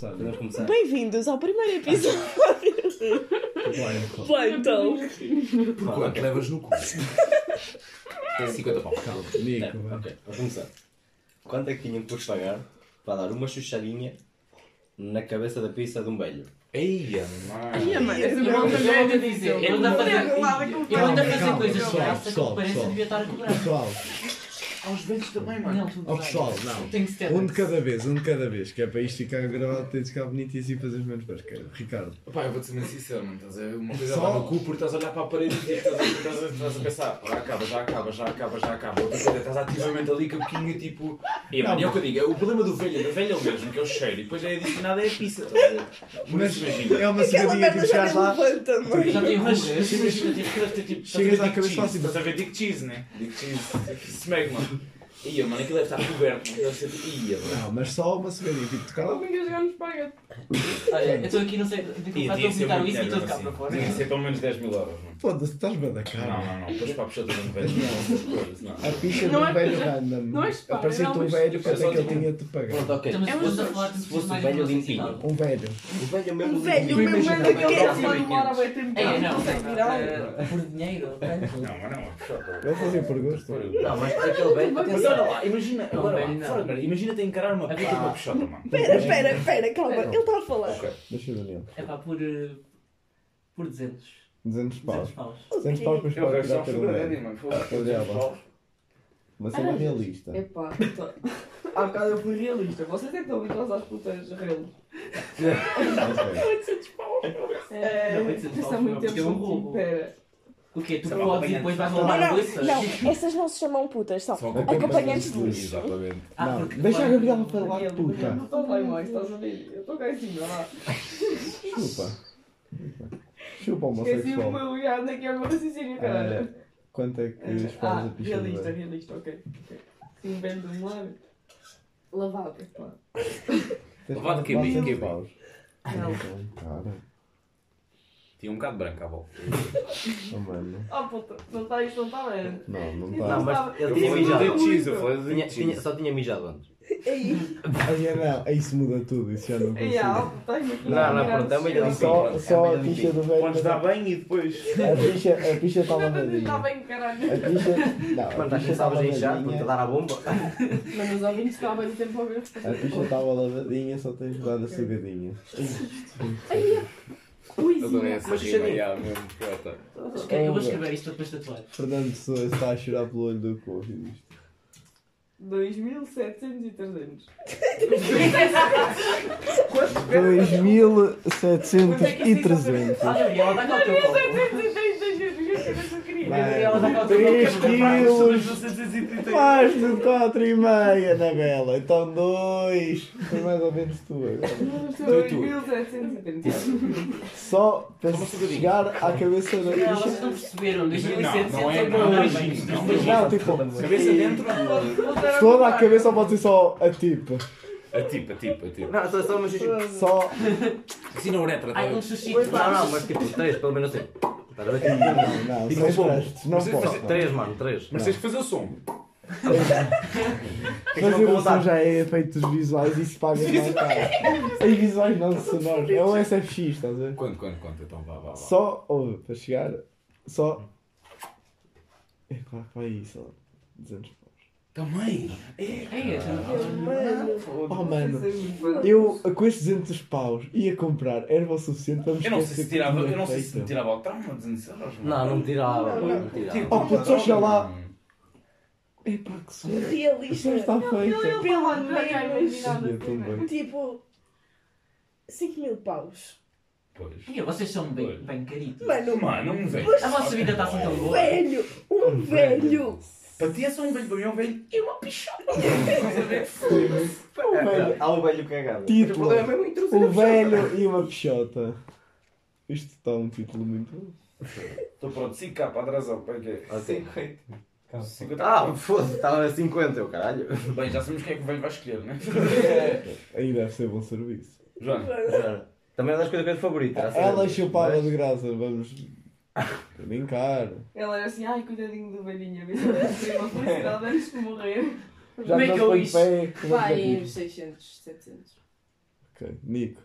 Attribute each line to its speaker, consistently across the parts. Speaker 1: Sabe, Podemos começar.
Speaker 2: Bem-vindos ao primeiro episódio
Speaker 1: Blanco.
Speaker 2: Play Talk.
Speaker 1: Pá,
Speaker 3: Quanto
Speaker 1: ok.
Speaker 3: levas no cu? 50 pau.
Speaker 1: Calma.
Speaker 3: Nico,
Speaker 1: É,
Speaker 3: vai.
Speaker 1: ok, vou começar. Quanto é que tinham que vos pagar para dar uma chuchadinha na cabeça da pista de um velho?
Speaker 3: Eia,
Speaker 2: Minha mãe.
Speaker 4: Eu
Speaker 5: Não,
Speaker 4: não
Speaker 5: mas eu vou te dizer,
Speaker 4: Eu
Speaker 5: eu
Speaker 4: não
Speaker 5: não
Speaker 4: tenho
Speaker 5: fazer-
Speaker 4: nada que
Speaker 5: Eu
Speaker 4: comprar.
Speaker 5: ando
Speaker 3: Calma,
Speaker 5: a fazer
Speaker 3: calma,
Speaker 5: coisas de
Speaker 3: pessoal,
Speaker 5: graça que
Speaker 3: pessoal,
Speaker 5: parece
Speaker 3: pessoal.
Speaker 5: devia estar a cobrar.
Speaker 3: Pessoal,
Speaker 4: Aos velhos também,
Speaker 5: Não,
Speaker 4: mano.
Speaker 3: ó pessoal, não.
Speaker 5: Tenho que ser.
Speaker 6: Um de cada vez, um de cada vez, que é para isto ficar gravado, tens de ficar bonito e assim fazer os menos basqueiros. Ricardo,
Speaker 4: Pá, eu vou-te ser muito sincero, mano. Estás a ver uma coisa
Speaker 6: Só?
Speaker 4: lá no cu porque estás a olhar para a parede e estás a, estás a, estás a pensar, já acaba, já acaba, já acaba, já acaba. Outra coisa, é estás ativamente ali com a boquinha tipo. E mano, é o que eu digo, é o problema do velho, do velho é o mesmo, que é o cheiro, e depois é adicionado é a pizza. Estás a ver? Por
Speaker 6: mas
Speaker 4: isso imagina.
Speaker 6: é uma
Speaker 2: Aquela
Speaker 6: cegadinha que
Speaker 2: Então, merda já
Speaker 6: tu
Speaker 2: um
Speaker 6: chegas
Speaker 2: me
Speaker 7: um
Speaker 6: lá,
Speaker 2: levanta, mãe.
Speaker 5: Já tenho
Speaker 4: Mas
Speaker 5: rugas.
Speaker 4: imagina, tipo, aquilo deve ter, tipo, estás a ver
Speaker 6: Chegas à
Speaker 4: Dick
Speaker 6: cabeça
Speaker 4: Cheese,
Speaker 6: fácil.
Speaker 4: Estás a ver Dick Cheese, né? Dick Cheese, smeg, mano. Ia, mano, aquilo deve estar coberto, mano. Deve ser. tipo, Ia, mano.
Speaker 6: não, mas só uma cegadinha, tipo, tocar lá.
Speaker 5: Olha, eu estou aqui, não sei. Tenho que
Speaker 4: Ia,
Speaker 5: comprar, estou
Speaker 4: tinha
Speaker 5: a
Speaker 4: que ser
Speaker 5: vomitar o
Speaker 4: muito
Speaker 5: isso e
Speaker 4: dinheiro, mesmo assim.
Speaker 5: estou de cá para fora.
Speaker 4: Tinha que ser pelo menos 10 mil euros, mano.
Speaker 6: Foda-se, estás bem da
Speaker 4: Não,
Speaker 6: cara.
Speaker 4: não, não. Depois para a puxada do velho.
Speaker 6: A picha de
Speaker 7: Não
Speaker 6: um
Speaker 7: é-
Speaker 6: velho random.
Speaker 7: não é espalha,
Speaker 6: Apareceu-te
Speaker 7: não,
Speaker 6: um
Speaker 7: mas- tipo-
Speaker 6: velho, quanto é que
Speaker 4: Mas-
Speaker 6: ele tinha de te
Speaker 1: Pronto,
Speaker 6: pagar?
Speaker 4: tá.
Speaker 1: ok.
Speaker 5: Estamos
Speaker 7: É
Speaker 5: a
Speaker 7: um
Speaker 5: falar
Speaker 7: dos-
Speaker 5: falar de
Speaker 1: se fosse
Speaker 5: mais
Speaker 1: velho
Speaker 5: uma
Speaker 1: limpinho.
Speaker 5: necessidade.
Speaker 6: Um velho.
Speaker 1: O velho mesmo.
Speaker 2: Um velho
Speaker 1: limpinho.
Speaker 2: mesmo que é assim. quer.
Speaker 4: Não,
Speaker 5: Ei, não.
Speaker 2: Não,
Speaker 5: eh, Por dinheiro. tanto.
Speaker 4: Não, mas não, é puxada.
Speaker 6: Ele fazia por gosto.
Speaker 1: Não, mas aquele velho.
Speaker 4: Mas é olha lá, imagina, agora
Speaker 5: velho,
Speaker 4: lá,
Speaker 5: não.
Speaker 4: fora, mano, imagina ter encarar uma puta uma puxada, mano.
Speaker 2: Pera, pera, pera, calma. Ele está a falar.
Speaker 6: Deixa eu ver nele.
Speaker 5: É pá, por. eh, Por 200.
Speaker 6: 200 paus.
Speaker 5: 200 paus.
Speaker 6: 200 paus para esperar tirar ter um velho.
Speaker 4: mano.
Speaker 6: Eu odiava. Uma
Speaker 7: Ah,
Speaker 6: cena realista.
Speaker 7: Epá, então, há bocado eu fui realista. Vocês é que estão habituados às putas reales.
Speaker 6: Tá, Ok.
Speaker 7: É,
Speaker 5: Não, mas isso
Speaker 7: isso há muito
Speaker 5: é um
Speaker 7: tempo.
Speaker 5: roubo.
Speaker 7: são tipo, Pera.
Speaker 5: O quê? Tu
Speaker 4: Só
Speaker 5: podes
Speaker 4: acompanhante.
Speaker 5: e depois vais
Speaker 2: Não,
Speaker 5: roubar a
Speaker 2: não,
Speaker 5: louça?
Speaker 2: não. Essas não se chamam putas, são. Acompanhantes de luxo.
Speaker 4: Exatamente.
Speaker 5: Ah,
Speaker 6: Não,
Speaker 5: porque-
Speaker 6: deixa a Gabriela falar,
Speaker 7: Não
Speaker 6: puta.
Speaker 7: estou bem, mãe, estás a ver? Eu estou cá em cima, lá.
Speaker 6: Chupa. Chupa,
Speaker 7: Esqueci o
Speaker 6: homossexual.
Speaker 7: meu lugar, onde é que é o meu raciocínio, caralho?
Speaker 6: Eh, Quanto é que
Speaker 7: Ah,
Speaker 6: esperas a picha do
Speaker 7: realista,
Speaker 6: velho?
Speaker 7: realista, ok. ok. Sim, bem de um lado.
Speaker 2: Lavado.
Speaker 4: Levado que é bicho, que é bicho.
Speaker 6: paus.
Speaker 7: Não.
Speaker 6: Cara,
Speaker 4: Tinha um bocado branco à volta.
Speaker 6: oh, mano.
Speaker 7: Oh puta, não está isto, não está bem.
Speaker 6: Não, não
Speaker 1: Não,
Speaker 6: está.
Speaker 1: mas ele
Speaker 4: Eu
Speaker 1: tinha
Speaker 4: falei do
Speaker 1: mijado.
Speaker 4: Dick Cheese, eu falei do
Speaker 1: Tinha-
Speaker 4: Dick
Speaker 1: tinha-
Speaker 4: Cheese.
Speaker 1: Só tinha mijado antes.
Speaker 6: Ai, não, é isso muda tudo, isso já não
Speaker 7: E há,
Speaker 6: consigo.
Speaker 7: está-me aqui.
Speaker 1: Não, não,
Speaker 7: a virar
Speaker 1: pronto, é
Speaker 7: de
Speaker 1: melhor.
Speaker 7: esquerda.
Speaker 6: Só, só a picha do velho.
Speaker 4: Podes dar bem e depois.
Speaker 6: A picha, a picha está
Speaker 7: Não, mas
Speaker 6: lavadinha.
Speaker 7: Está
Speaker 6: A
Speaker 7: bem, caralho.
Speaker 6: picha. Não,
Speaker 1: Quando
Speaker 6: a
Speaker 1: estás
Speaker 6: picha estava
Speaker 1: pensavas em inchar, quando te
Speaker 6: lavadinha.
Speaker 1: dar a bomba.
Speaker 7: Mas os ouvintes estão há bem tempo a ver.
Speaker 6: A picha estava lavadinha, só tens de dar a cegadinha.
Speaker 4: Adorei essa
Speaker 1: Mas
Speaker 4: rima,
Speaker 1: cheirinho.
Speaker 4: já, mesmo. puta.
Speaker 5: Eu vou escrever isto depois de tatuar.
Speaker 6: Fernando Pessoa está a chorar pelo olho do cu. ouvindo isto.
Speaker 7: 2700 e 300.
Speaker 6: 2.700
Speaker 7: é
Speaker 5: Ah, Gabriela, dá cá o teu copo. Gabriela, dá cá o teu copo.
Speaker 6: 3 quilos.
Speaker 4: Mas
Speaker 6: Mais de 4 e meia, Anabela. Então dois. Foi mais ou menos tu agora.
Speaker 7: 2730.
Speaker 6: Só para chegar à cabeça da
Speaker 5: Não, vocês
Speaker 6: ficha.
Speaker 5: não perceberam. 2700
Speaker 4: Não, não é,
Speaker 5: é
Speaker 4: não, não é
Speaker 5: bom.
Speaker 4: beijinho, não.
Speaker 6: Não, tipo,
Speaker 4: Cabeça dentro?
Speaker 6: toda a cabeça pode ser só a tipo.
Speaker 4: A tipo, a tipo, a tipo.
Speaker 1: Não, só- só uma chuchu.
Speaker 6: Só.
Speaker 4: Assim na uretra, tá?
Speaker 5: Ai, um
Speaker 4: Mas
Speaker 5: sushi.
Speaker 1: Não, não, mas tipo, três, pelo menos assim. Estás a ver?
Speaker 6: Não, não,
Speaker 4: Tipo
Speaker 6: seis
Speaker 4: pombo.
Speaker 6: prestes. Não
Speaker 4: Mas é
Speaker 6: posso.
Speaker 4: fazer-
Speaker 1: Três, mano, três.
Speaker 4: tens que fazer o som.
Speaker 1: não
Speaker 6: Fazer o som
Speaker 1: contar.
Speaker 6: já é efeitos visuais e se paga mais caro. Em visuais não sonoros. É um SFX, estás a ver?
Speaker 4: Quanto, quanto, quanto? Então vá, vá, vá.
Speaker 6: Só, ouve, para chegar, só. É claro, vai aí, sei lá. 200 paus.
Speaker 4: Também! É.
Speaker 5: Ei, eu já não posso.
Speaker 6: Oh, mano. Eu, com estes 200 paus, ia comprar erva o suficiente para me
Speaker 4: Eu não sei
Speaker 6: esquecer
Speaker 4: se
Speaker 6: que
Speaker 4: tirava,
Speaker 6: tinha
Speaker 4: eu não sei se
Speaker 6: feito.
Speaker 4: me tirava o trauma de 200 euros. mano. Tipo,
Speaker 1: Não, não tirava. Não Tipo, tirava.
Speaker 6: Oh, puto, só chega lá. Epá, que susto. A
Speaker 2: Realista.
Speaker 6: pessoa está feita. Eu
Speaker 7: Pelo
Speaker 6: também.
Speaker 2: Tipo. 5 mil paus.
Speaker 4: Pois.
Speaker 5: Ei, vocês são bem, bem caritos.
Speaker 2: Mano,
Speaker 4: Mano, um velho.
Speaker 5: A vossa vida está assim tão boa.
Speaker 2: velho. Um velho.
Speaker 4: Para ti é só um velho, para mim é um velho. E uma pichada. Estás a ver?
Speaker 6: O velho.
Speaker 1: Há o velho cagado.
Speaker 6: Título.
Speaker 5: é
Speaker 7: mesmo intruso.
Speaker 6: O velho e uma pichota. Isto está um título muito bom.
Speaker 4: Estou pronto, 5k para atrasar, para quê?
Speaker 1: Ok.
Speaker 4: 50
Speaker 1: Ah, foda-se, estava a 50, eu caralho.
Speaker 4: Bem, já sabemos quem é que o velho vai escolher, né?
Speaker 6: Aí deve ser bom serviço.
Speaker 4: João,
Speaker 1: Também é das coisas que eu favorito. era assim.
Speaker 6: Ela chupava de graça, vamos brincar.
Speaker 7: Ela era assim, ai, cuidadinho do velhinho. A ver se ela tem uma felicidade antes de morrer.
Speaker 6: Já
Speaker 5: Como é que
Speaker 6: não
Speaker 5: eu
Speaker 6: põe
Speaker 5: isso?
Speaker 6: pé, como é que
Speaker 7: Vai,
Speaker 6: eu isso?
Speaker 7: 600, 700.
Speaker 6: Ok. Nico,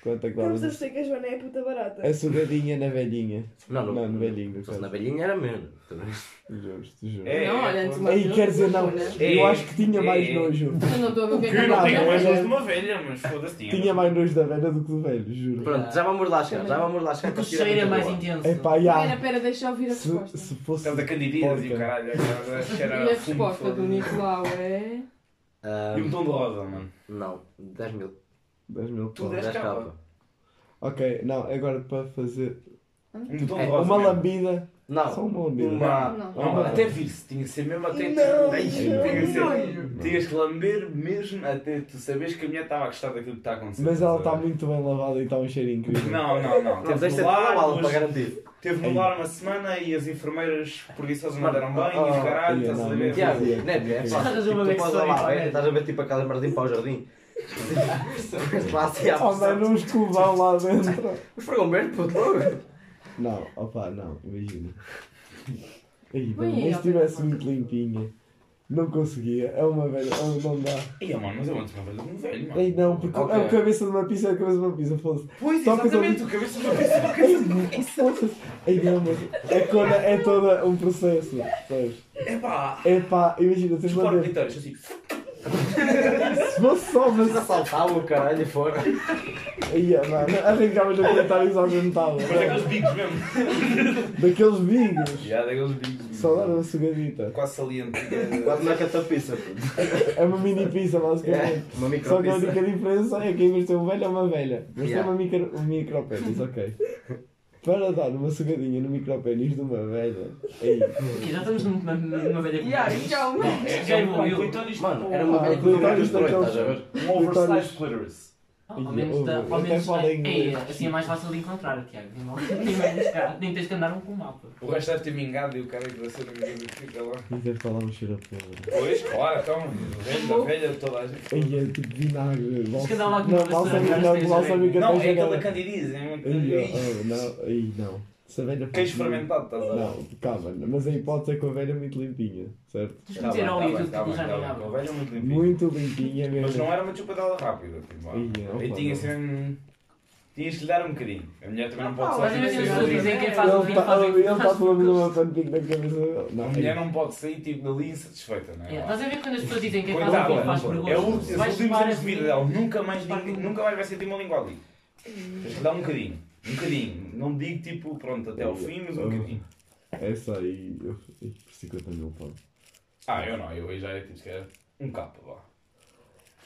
Speaker 6: quanto é que
Speaker 3: Temos a
Speaker 6: davas?
Speaker 3: dizer que a Joana é a puta barata.
Speaker 6: A sugadinha na velhinha.
Speaker 1: Não,
Speaker 6: Não, no velhinho,
Speaker 1: Se
Speaker 6: no
Speaker 1: fosse
Speaker 6: caso.
Speaker 1: na velhinha era menos.
Speaker 6: Justo, justo.
Speaker 4: É,
Speaker 7: Não, olha, antes uma
Speaker 6: Aí,
Speaker 7: vez,
Speaker 6: quer dizer, não.
Speaker 7: né?
Speaker 6: Eu acho que tinha mais
Speaker 4: É.
Speaker 6: nojo.
Speaker 7: Eu não estou a ver o que é que
Speaker 6: Que não
Speaker 7: eu
Speaker 6: tenho
Speaker 7: vou
Speaker 6: mais
Speaker 7: fazer.
Speaker 6: nojo de
Speaker 4: uma velha, mas foda-se,
Speaker 6: Tinha mais nojo da velha do que do velho, juro.
Speaker 1: Pronto, já vamos lá chegar, já vamos lá chegar.
Speaker 5: Porque o cheiro é mais
Speaker 1: intenso.
Speaker 5: intenso.
Speaker 6: Epá,
Speaker 7: Pera,
Speaker 6: já.
Speaker 7: pera, deixa eu ouvir a
Speaker 6: Se,
Speaker 7: resposta.
Speaker 6: se fosse.
Speaker 4: Estamos a candidias e o
Speaker 6: Porca.
Speaker 4: caralho, aquela cheira
Speaker 7: E
Speaker 4: fumo,
Speaker 7: a resposta do
Speaker 4: foda-se.
Speaker 7: Nicolau é.
Speaker 4: E um tom de rosa, mano.
Speaker 1: Não, 10 mil.
Speaker 6: 10 mil
Speaker 4: Tu
Speaker 6: pau.
Speaker 4: deste
Speaker 1: 10
Speaker 4: capa.
Speaker 1: capa.
Speaker 6: Ok, não, agora para fazer.
Speaker 4: Um tom de
Speaker 1: É,
Speaker 4: rosa.
Speaker 6: Uma
Speaker 4: mano.
Speaker 6: lambida. Só
Speaker 1: Não,
Speaker 6: uma lambida.
Speaker 4: Uma.
Speaker 7: Não.
Speaker 4: Não, até vir-se, tinha que ser mesmo até.
Speaker 3: Não,
Speaker 4: Ai,
Speaker 3: não.
Speaker 4: tinha que ser.
Speaker 7: Não.
Speaker 4: Tinhas que lamber mesmo até tu saberes que a mulher estava a gostar daquilo que está a acontecer.
Speaker 6: Mas ela está
Speaker 4: Sabe?
Speaker 6: muito bem lavada e está um cheiro incrível.
Speaker 4: Não, não, tá não.
Speaker 1: temos
Speaker 4: Teve
Speaker 1: esta
Speaker 4: no lar,
Speaker 1: bala para
Speaker 4: duas-
Speaker 1: garantir.
Speaker 6: É
Speaker 4: teve no lar uma semana e as enfermeiras preguiçosas mandaram bem e os
Speaker 1: ah,
Speaker 4: caralho,
Speaker 6: ia,
Speaker 4: estás a
Speaker 6: não,
Speaker 4: ver?
Speaker 6: não tinha.
Speaker 1: Tiago, não é é fácil.
Speaker 5: Arranjas
Speaker 1: Tipo,
Speaker 5: uma
Speaker 1: Tu podes
Speaker 5: backstory
Speaker 1: lá,
Speaker 5: também.
Speaker 1: é, estás a ver tipo a casa Martim para o jardim. Passa e há
Speaker 4: tá
Speaker 6: Oh, mano, um escovão lá dentro.
Speaker 1: Os fragam bem, puto, logo.
Speaker 6: Não, opa, não, imagina. Aí,
Speaker 7: Põe
Speaker 6: mano,
Speaker 7: aí,
Speaker 6: nem
Speaker 7: ó,
Speaker 6: estivesse
Speaker 7: põe
Speaker 6: muito limpinha. Não conseguia, é uma velha, é um- não dá.
Speaker 4: Ia, mano, mas eu antes uma velha de um velho, mano.
Speaker 6: Ei, não, porque
Speaker 1: Ok.
Speaker 6: é o cabeça de uma pizza, é o cabeça de uma pizza, foda-se.
Speaker 4: Pois,
Speaker 6: Toca
Speaker 4: exatamente, É o cabeça de uma pessoa.
Speaker 6: Ei, não, foda-se. Ei, não, mas é, toda, é toda um processo, sabes?
Speaker 4: Epá,
Speaker 6: É pá, imagina, tens lá
Speaker 4: explora
Speaker 6: dentro.
Speaker 4: vitórias, assim.
Speaker 6: Se fosse só, mas.
Speaker 1: Assaltava o caralho e fora.
Speaker 6: Aí, é, mano, um arrancavas a comentários ao jantar,
Speaker 4: Mas é aqueles bicos mesmo.
Speaker 6: daqueles vinhos.
Speaker 4: Já, daqueles bicos.
Speaker 6: Só dar uma sugadita.
Speaker 4: Quase saliente.
Speaker 1: Quase na catapiça, puto.
Speaker 6: É uma mini pizza, basicamente.
Speaker 1: É, uma
Speaker 6: Só que a
Speaker 1: micropizza.
Speaker 6: única diferença é que em vez de ter um velho é uma velha. Mas
Speaker 1: Yeah.
Speaker 6: tem uma micro, um micropénis, ok. Para dar uma sugadinha no micropénis de uma velha. Ei,
Speaker 5: Aqui já estamos numa, numa velha
Speaker 7: E aí, já uma.
Speaker 4: É,
Speaker 5: Já
Speaker 4: um
Speaker 5: evoluiu.
Speaker 4: Clitóris,
Speaker 1: Mano, era uma
Speaker 6: Ah,
Speaker 1: velha que não
Speaker 6: clitóris
Speaker 1: era
Speaker 6: daqueles-
Speaker 1: estás a ver?
Speaker 4: Um oversized clitoris.
Speaker 5: Ao menos, da, ao
Speaker 6: Até
Speaker 5: menos
Speaker 6: fala
Speaker 5: é,
Speaker 6: inglês.
Speaker 5: é, assim é mais fácil de encontrar, Tiago. Nem mal- Nem, mais cara- nem tens que andar um com o mapa.
Speaker 4: O resto deve ter mingado e o cara é que vai ser amigo fica lá.
Speaker 6: e deve falar um cheiro a pedra.
Speaker 4: Pois, claro, então, velha, velha, toda a gente.
Speaker 6: Ei, é tipo vinagre.
Speaker 5: Mas
Speaker 6: balsa-
Speaker 5: cada lá com
Speaker 6: Não,
Speaker 5: uma
Speaker 6: balsam-
Speaker 5: mistura,
Speaker 6: não,
Speaker 5: mas
Speaker 6: balsam-
Speaker 5: tens
Speaker 6: que
Speaker 4: Não,
Speaker 6: até
Speaker 4: é aquela
Speaker 6: chegar-
Speaker 4: candidiz, é um
Speaker 6: Ei, oh, oh, não, ei, não. Se a velha
Speaker 4: queijo fermentado, estás a ver?
Speaker 6: Não, calma, mas a hipótese é que a velha é muito limpinha, certo?
Speaker 5: Tens que meter
Speaker 4: Tá
Speaker 5: ao
Speaker 4: bem,
Speaker 5: YouTube que
Speaker 4: tá
Speaker 5: tu
Speaker 4: bem,
Speaker 5: já
Speaker 4: tá bem. O
Speaker 5: ganhava.
Speaker 4: velho é muito limpinho.
Speaker 6: Muito limpinha
Speaker 4: Mas
Speaker 6: mesmo.
Speaker 4: não é era uma chupadela rápida, tipo, lá.
Speaker 6: Ia,
Speaker 4: E
Speaker 6: opa,
Speaker 4: tinha
Speaker 6: não.
Speaker 4: assim. Tinhas que lhe dar um bocadinho. A mulher também não pode
Speaker 5: Mas
Speaker 4: sair. tipo, sem
Speaker 5: imagina as pessoas
Speaker 4: fazer isso.
Speaker 5: dizem que é quem faz o
Speaker 6: Ele
Speaker 5: vídeo
Speaker 6: está
Speaker 5: faz o vídeo.
Speaker 6: tá falando uma fanfic na cabeça dele.
Speaker 4: A
Speaker 6: Não, é
Speaker 4: mulher
Speaker 6: ei.
Speaker 4: não pode sair tipo dali insatisfeita, não é?
Speaker 5: É, Estás a ver quando as pessoas dizem que quem faz o
Speaker 4: Coitada,
Speaker 5: vídeo faz
Speaker 4: é o
Speaker 5: perguntas? assim.
Speaker 4: último- os últimos anos de vida dela. Nunca mais, ninguém- nunca mais vai sentir uma língua ali. Tens que dar um bocadinho. Um bocadinho. Não digo tipo, pronto, até ao fim, mas um bocadinho.
Speaker 6: Essa É aí, eu fiquei por 50 mil pau.
Speaker 4: Ah, eu não. Eu aí já é tipo, se calhar, um capa, vá.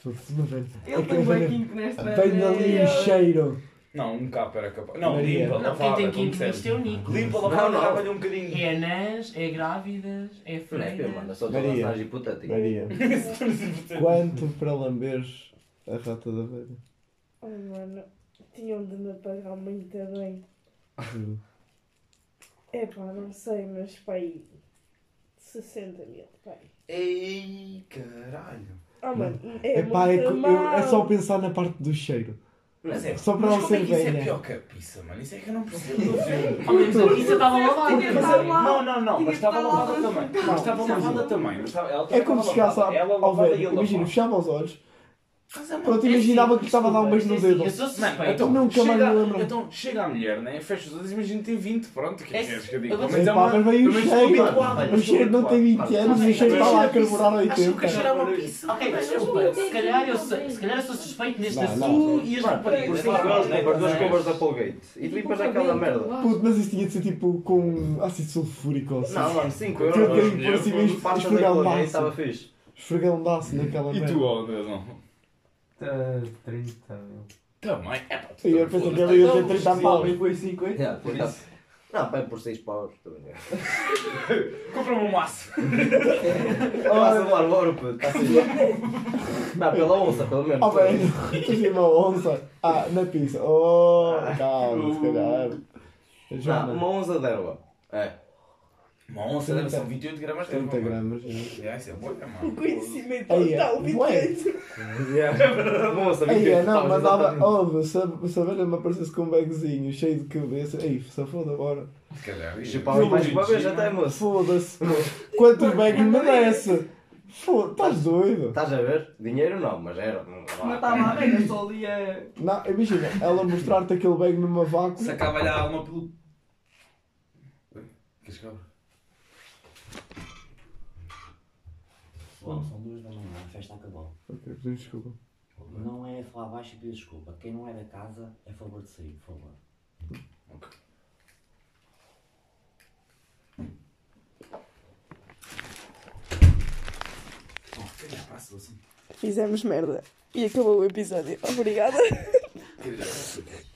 Speaker 6: Foda-se, uma velha. É
Speaker 7: Ele
Speaker 6: que
Speaker 7: tem
Speaker 6: a
Speaker 7: um
Speaker 6: velha-
Speaker 7: banquinho que nesta.
Speaker 6: Vem ali um cheiro.
Speaker 4: Não, um capa era capaz. Não,
Speaker 6: Maria.
Speaker 4: limpa,
Speaker 5: Não, quem
Speaker 4: lavada.
Speaker 5: tem
Speaker 4: como
Speaker 5: quinto deve
Speaker 4: disseste.
Speaker 5: ter o Nico.
Speaker 4: Limpa,
Speaker 1: Não,
Speaker 4: lavada,
Speaker 1: não.
Speaker 4: dava-lhe um bocadinho.
Speaker 5: É anãs, é grávidas, é
Speaker 1: Não é pia, mano,
Speaker 5: freiras.
Speaker 1: eu só estou a
Speaker 6: Maria.
Speaker 1: lançar hipotético.
Speaker 6: Maria, quanto para lamberes a rata da velha?
Speaker 3: Oh, mano, tinham de me pagar muito bem.
Speaker 6: Juro.
Speaker 3: É pá, não sei, mas pai. 60 mil, pai.
Speaker 4: Ei, caralho.
Speaker 3: Oh, mano, é,
Speaker 6: Epá, é,
Speaker 3: muito
Speaker 6: que eu-
Speaker 3: mau.
Speaker 6: é só pensar na parte do cheiro.
Speaker 4: Mas é,
Speaker 6: Só para
Speaker 4: mas
Speaker 6: ela
Speaker 4: como é
Speaker 6: ser
Speaker 4: que isso
Speaker 6: velha.
Speaker 4: é pior que a pizza, mano? Isso é que eu não percebo. velho.
Speaker 5: Ao menos a pizza estava
Speaker 7: Tinha
Speaker 4: Mas
Speaker 7: Tá
Speaker 4: é-
Speaker 5: lavada.
Speaker 7: lá.
Speaker 4: não, não, não, mas estava
Speaker 7: Tinha
Speaker 4: lavada
Speaker 7: tá
Speaker 4: também. Mas estava lavada também. mas estava- ela
Speaker 6: É
Speaker 4: também
Speaker 6: como
Speaker 4: estava
Speaker 6: chegasse
Speaker 4: lavada. Ela
Speaker 6: ao
Speaker 4: lavada e
Speaker 6: velho.
Speaker 4: ele
Speaker 6: Imagina,
Speaker 4: lavada.
Speaker 6: fechava os olhos.
Speaker 4: Mas é uma
Speaker 6: Pronto, imaginava que estava a dar um beijo no
Speaker 5: Desculpa,
Speaker 6: dedo.
Speaker 5: Eu sou
Speaker 4: Mano,
Speaker 5: suspeito.
Speaker 4: então,
Speaker 6: Nunca mais
Speaker 4: chega,
Speaker 6: me lembro.
Speaker 4: então chega a mulher, né? fecha os olhos e imagina que tem 20, pronto, o que é que
Speaker 5: Esse-
Speaker 4: queres que eu diga?
Speaker 5: eu vou-
Speaker 4: Mas é uma-
Speaker 6: Epá, mas veio o
Speaker 4: mas é estou
Speaker 6: cheiro.
Speaker 4: habituado,
Speaker 6: O
Speaker 4: estou
Speaker 6: cheiro não tem
Speaker 4: habituado.
Speaker 6: 20 anos e o cheiro está lá a carburar a
Speaker 4: é Acho que o
Speaker 6: 80.
Speaker 4: cheiro é uma pizza.
Speaker 5: Ok, mas desculpa, se calhar eu sei- se calhar eu sou suspeito neste
Speaker 6: Não, não.
Speaker 5: assunto e as raparigas.
Speaker 1: Por
Speaker 4: Mas
Speaker 1: 5
Speaker 4: é
Speaker 1: euros,
Speaker 4: verdade,
Speaker 1: né? Por duas
Speaker 5: é.
Speaker 1: covers da Colgate. E limpas aquela merda.
Speaker 6: Puto, mas isso tinha de ser tipo com ácido sulfúrico ou assim.
Speaker 1: Não, mano, 5
Speaker 6: Que eu
Speaker 1: euros.
Speaker 6: tenho por cima e
Speaker 1: Partes da
Speaker 6: esfregar um
Speaker 1: Colgate estava
Speaker 6: laço.
Speaker 1: fixe.
Speaker 6: Esfregar um laço naquela
Speaker 4: E
Speaker 6: merda.
Speaker 4: tu, oh, Deus, não.
Speaker 8: 30 mil.
Speaker 4: Também, é pá, tu
Speaker 6: Eu ia
Speaker 4: tá
Speaker 6: pensar
Speaker 4: foda.
Speaker 6: que ela ia ter 30 pau.
Speaker 8: foi
Speaker 6: É
Speaker 8: 50.
Speaker 1: Yeah, por isso. Não, vai por 6 paus. tô brincando.
Speaker 4: Compra-me um maço.
Speaker 1: Passa o ar, bora, puto. Está Não, pela onça, pelo menos.
Speaker 6: Oh, velho, tinha uma onça. Ah, na pizza. Oh, calma, se calhar.
Speaker 1: Não,
Speaker 6: Joana,
Speaker 1: uma onça d'erva. É.
Speaker 4: Uma onça né? deve ser 28 gramas de
Speaker 6: 30
Speaker 4: erva,
Speaker 6: gramas.
Speaker 4: mano. É, isso é boi,
Speaker 3: O
Speaker 4: mano.
Speaker 3: conhecimento
Speaker 6: Aí,
Speaker 3: total,
Speaker 6: é.
Speaker 3: 28.
Speaker 1: Uma onça
Speaker 6: Ei, é,
Speaker 1: 28,
Speaker 6: não,
Speaker 1: talvez
Speaker 6: mas dava.
Speaker 1: exatamente.
Speaker 6: Oh, se a- se a velha me aparecesse com um bagzinho cheio de cabeça. Ei, se foda, bora.
Speaker 4: Caralho.
Speaker 1: tá né? Chupava mais uma vez até, moço.
Speaker 6: Foda-se. Quantos bags me merece? Foda, estás doido?
Speaker 1: Estás a ver? Dinheiro não, mas era. Não
Speaker 6: tá
Speaker 7: Não estava a ver, eu só ali a.
Speaker 6: Não, imagina, ela mostrar-te aquele bag numa vaca.
Speaker 4: Sacava-lhe a alma pelo. Queres cabra?
Speaker 9: Bom, são duas da manhã, a festa acabou.
Speaker 6: Ok, pedimos desculpa.
Speaker 9: Não é falar baixo e pedir desculpa. Quem não é da casa, é favor de sair, por favor.
Speaker 4: Bom, o que é que se passa assim?
Speaker 2: Fizemos merda. E acabou o episódio. Obrigada.
Speaker 4: O que é que se passa?